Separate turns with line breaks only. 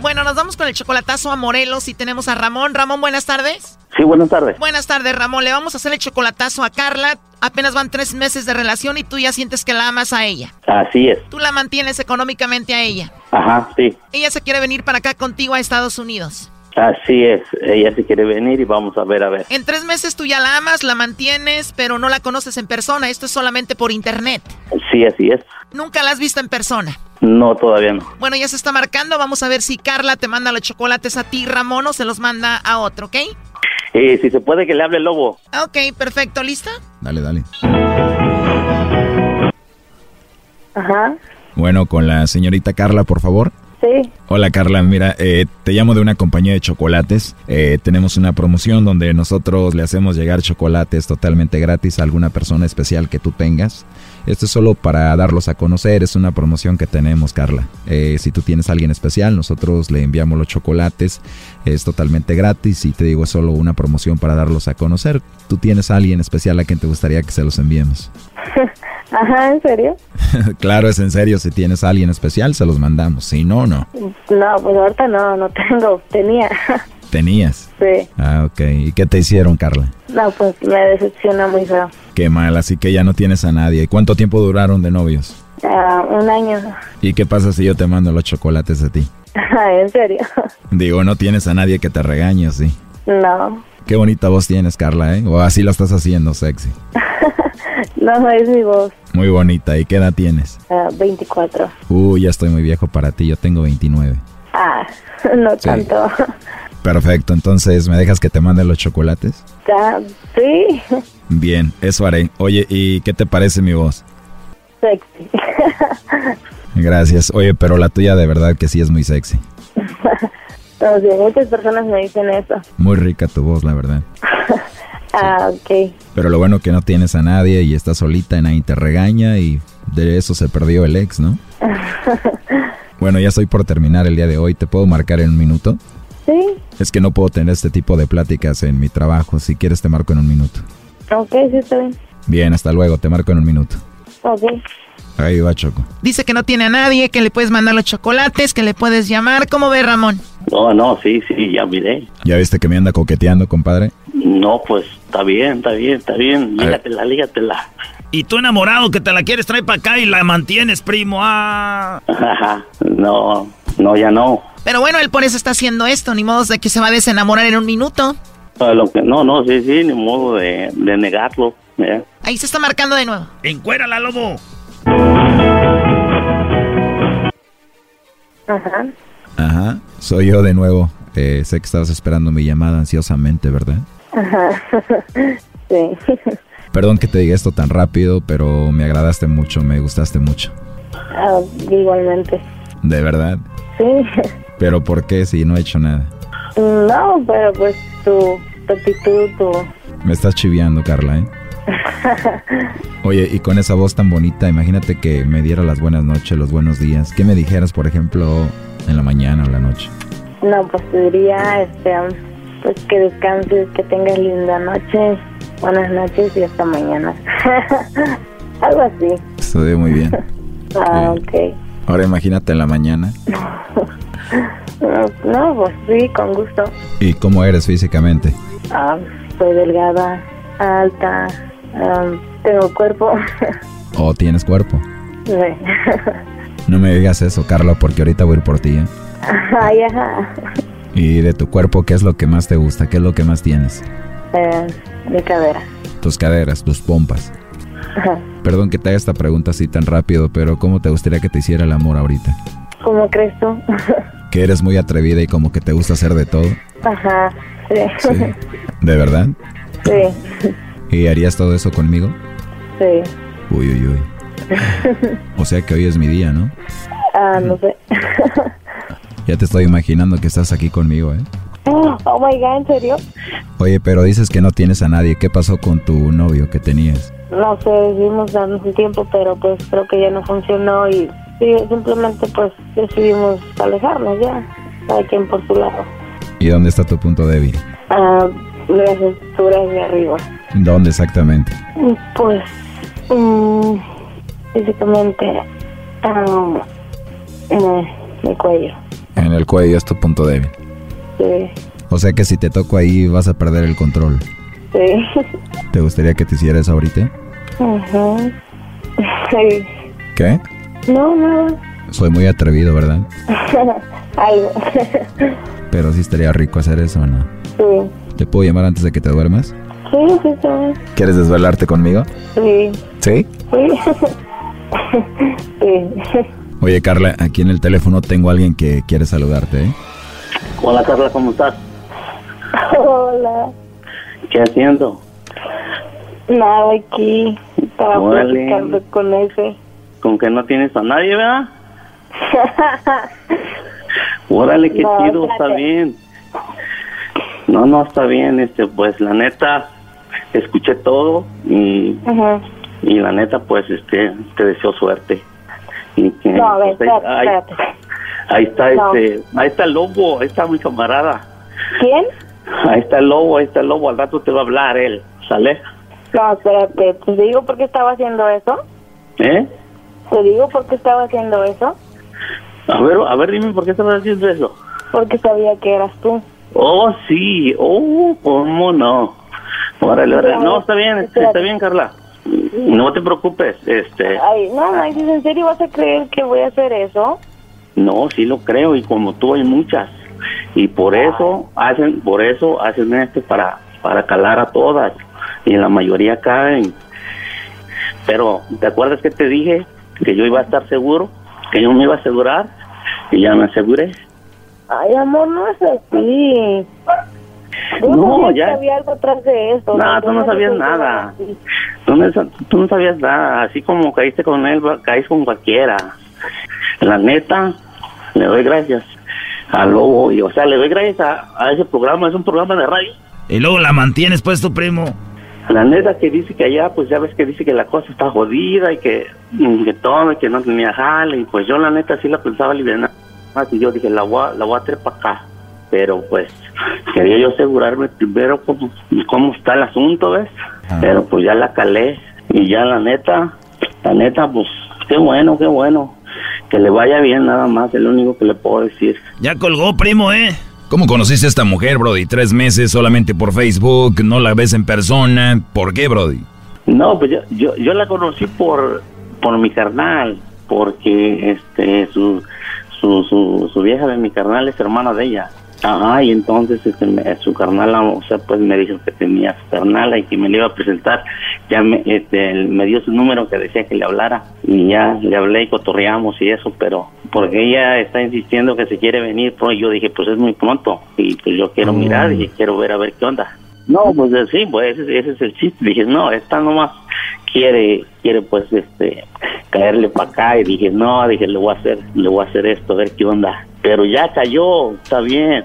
Bueno, nos vamos con el chocolatazo a Morelos y tenemos a Ramón. Ramón, buenas tardes.
Sí, buenas tardes.
Buenas tardes, Ramón. Le vamos a hacer el chocolatazo a Carla. Apenas van tres meses de relación y tú ya sientes que la amas a ella.
Así es.
Tú la mantienes económicamente a ella.
Ajá, sí.
Ella se quiere venir para acá contigo a Estados Unidos.
Así es. Ella se quiere venir y vamos a ver, a ver.
En tres meses tú ya la amas, la mantienes, pero no la conoces en persona. Esto es solamente por internet.
Sí, así es.
Nunca la has visto en persona.
No, todavía no.
Bueno, ya se está marcando. Vamos a ver si Carla te manda los chocolates a ti, Ramón, o se los manda a otro, ¿ok?
Eh, si se puede, que le hable el lobo.
Ok, perfecto. ¿Lista?
Dale, dale.
Ajá.
Bueno, con la señorita Carla, por favor.
Sí.
Hola Carla, mira, eh, te llamo de una compañía de chocolates. Eh, tenemos una promoción donde nosotros le hacemos llegar chocolates totalmente gratis a alguna persona especial que tú tengas. Esto es solo para darlos a conocer, es una promoción que tenemos Carla. Eh, si tú tienes a alguien especial, nosotros le enviamos los chocolates, es totalmente gratis y te digo, es solo una promoción para darlos a conocer. ¿Tú tienes a alguien especial a quien te gustaría que se los enviemos?
Ajá, ¿en serio?
claro, es en serio. Si tienes a alguien especial, se los mandamos. Si no, no.
No, pues ahorita no, no tengo. Tenía.
¿Tenías?
Sí.
Ah, ok. ¿Y qué te hicieron, Carla?
No, pues me decepciona muy feo.
Qué mal, así que ya no tienes a nadie. ¿Y cuánto tiempo duraron de novios?
Ah, un año.
¿Y qué pasa si yo te mando los chocolates a ti?
¿En serio?
Digo, no tienes a nadie que te regañe, ¿o ¿sí?
No.
Qué bonita voz tienes, Carla, ¿eh? O así la estás haciendo, sexy.
no, es mi voz.
Muy bonita. ¿Y qué edad tienes?
Uh, 24.
Uh, ya estoy muy viejo para ti. Yo tengo 29.
Ah, no
Sí.
tanto.
Perfecto. Entonces, ¿me dejas que te mande los chocolates?
Ya, sí,
Bien, eso haré. Oye, ¿y qué te parece mi voz?
sexy.
Gracias. Oye, pero la tuya de verdad que sí es muy sexy.
No sé, muchas personas me dicen eso.
Muy rica tu voz, la verdad.
Ah, ok.
Pero lo bueno que no tienes a nadie y estás solita y nadie te regaña y de eso se perdió el ex, ¿no? Bueno, ya estoy por terminar el día de hoy. ¿Te puedo marcar en un minuto?
Sí,
Es que no puedo tener este tipo de pláticas en mi trabajo. Si quieres te marco en un minuto.
ok, sí está bien.
Bien, hasta luego. Te marco en un minuto.
Ok.
Ahí va Choco.
Dice que no tiene a nadie, que le puedes mandar los chocolates, que le puedes llamar. ¿Cómo ve, Ramón?
No, no, sí, sí, ya miré.
¿Ya viste que me anda coqueteando, compadre?
No, pues está bien, está bien, está bien. Lígatela, lígatela.
Y tú enamorado que te la quieres traer para acá y la mantienes, primo. Ah.
Ajá. No, no, ya no.
Pero bueno, él por eso está haciendo esto, ni modo de que se va a desenamorar en un minuto.
A Ah, lo que- no, no, sí, sí, ni modo de, de negarlo. ¿eh?
Ahí se está marcando de nuevo.
Encuérala, lobo.
Ajá.
Ajá. Soy yo de nuevo. Eh, sé que estabas esperando mi llamada ansiosamente, ¿verdad?
Sí.
Perdón que te diga esto tan rápido, pero me agradaste mucho, me gustaste mucho.
Ah, igualmente.
De verdad.
Sí.
Pero ¿por qué si no he hecho nada?
No, pero pues tu, tu actitud, tu...
Me estás chiviando, Carla, ¿eh? Oye, y con esa voz tan bonita, imagínate que me diera las buenas noches, los buenos días. ¿Qué me dijeras, por ejemplo, en la mañana o la noche?
No, pues te diría, este, pues que descanses, que tengas linda noche, buenas noches y hasta mañana. Algo así.
Estudié muy bien.
Ah, ok.
Ahora imagínate en la mañana.
No, pues sí, con gusto.
¿Y cómo eres físicamente?
Ah, soy delgada, alta, ah, tengo cuerpo.
¿O Oh, tienes cuerpo?
Sí.
No me digas eso, Carla, porque ahorita voy a ir por ti. ¿eh?
Ay, ajá.
¿Y de tu cuerpo qué es lo que más te gusta? ¿Qué es lo que más tienes?
Eh, mi cadera.
Tus caderas, tus pompas.
Ajá.
Perdón que te haga esta pregunta así tan rápido, pero ¿cómo te gustaría que te hiciera el amor ahorita?
¿Cómo crees tú?
Que eres muy atrevida y como que te gusta hacer de todo.
Ajá.
Sí.
Sí.
¿De verdad?
Sí.
¿Y harías todo eso conmigo?
sí.
Uy, uy, uy. O sea que hoy es mi día, ¿no?
Ah, no sé.
Ya te estoy imaginando que estás aquí conmigo, ¿eh?
Oh my god, ¿en serio?
Oye, pero dices que no tienes a nadie. ¿Qué pasó con tu novio que tenías?
No sé, decidimos darnos un tiempo, pero pues creo que ya no funcionó y sí, simplemente pues decidimos alejarnos ya, cada quien por su lado.
¿Y dónde está tu punto débil?
Ah, las estructuras de arriba.
¿Dónde exactamente?
Pues, mm, físicamente, ah, eh, mi cuello.
En el cuello es tu punto débil.
Sí,
O sea que si te toco ahí vas a perder el control.
sí.
¿Te gustaría que te hicieras ahorita?
Ajá. Sí.
¿Qué?
No, nada.
Soy muy atrevido, ¿verdad?
Algo.
Pero sí estaría rico hacer eso, ¿no?
Sí.
¿Te puedo llamar antes de que te duermas?
Sí, sí, sí.
¿Quieres desvelarte conmigo?
Sí.
Sí.
Sí. Sí.
Oye, Carla, aquí en el teléfono tengo a alguien que quiere saludarte, ¿eh?
Hola Carla, ¿cómo estás?
Hola.
¿Qué haciendo?
Nada aquí. Estaba
Órale.
platicando con ese.
Con que no tienes a nadie, ¿verdad? Órale, qué
No,
chido, está
espérate.
bien. No, no, está bien, este, pues la neta, escuché todo y,
Ajá.
y la neta, pues, este, te deseo suerte. Y que-
No, a ver,
pues,
espérate,
ahí,
espérate.
ahí está,
No.
este, ahí está el lobo, ahí está mi camarada.
¿Quién?
Ahí está el lobo, ahí está el lobo, al rato te va a hablar él, ¿sale?
No, espérate. Pues te digo por qué estaba haciendo eso.
¿Eh?
Te digo por qué estaba haciendo eso.
A ver, a ver, dime por qué estás haciendo eso.
Porque sabía que eras tú.
Oh, sí, oh, cómo no. Órale, órale.
No,
No, está bien, este, está bien, Carla. No te preocupes, este,
Ay, no, no, dices, ¿en serio vas a creer que voy a hacer eso?
no, sí lo creo y como tú hay muchas y por eso hacen, por eso hacen este para para calar a todas y la mayoría caen. Pero ¿te acuerdas que te dije que yo iba a estar seguro, que yo me iba a asegurar y ya me aseguré?
Ay, amor, no es así. Yo
No, ya.
sabía Que había algo atrás de esto.
No, tú no
me
sabías
resultaba
nada.
así.
Tú no, tú no sabías nada, así como caíste con él, va- caís con cualquiera. La neta, le doy gracias al lobo, y, o sea, le doy gracias a, a ese programa, es un programa de radio.
Y luego la mantienes, pues, tu primo.
La neta que dice que allá, pues ya ves que dice que la cosa está jodida y que, mm, que todo, y que no tenía jale, y pues yo la neta sí la pensaba liberar. Así yo dije, la voy a, la voy a traer para acá. Pero pues quería yo asegurarme primero cómo, cómo está el asunto, ¿ves? Pero pues ya la calé y ya la neta, la neta, pues qué bueno, qué bueno. Que le vaya bien nada más, es lo único que le puedo decir.
Ya colgó, primo, ¿eh?
¿Cómo conociste a esta mujer, Brody? Tres meses solamente por Facebook, no la ves en persona. ¿Por qué, Brody?
No, pues yo, yo, yo la conocí por, por mi carnal, porque este su, su, su, su vieja de mi carnal es hermana de ella. Ajá, y entonces este, me- su carnal, o sea, pues me dijo que tenía su carnal y que me le iba a presentar. Ya me, este, él me dio su número que decía que le hablara y ya le hablé y cotorreamos y eso, pero porque ella está insistiendo que se quiere venir, pues yo dije, pues es muy pronto y pues yo quiero mirar y quiero ver a ver qué onda. No, pues eh, sí, pues ese, ese es el chiste. Dije, no, esta nomás quiere, quiere pues este, caerle para acá. Y dije, no, dije, le voy a hacer, le voy a hacer esto, a ver qué onda. Pero ya cayó, está bien.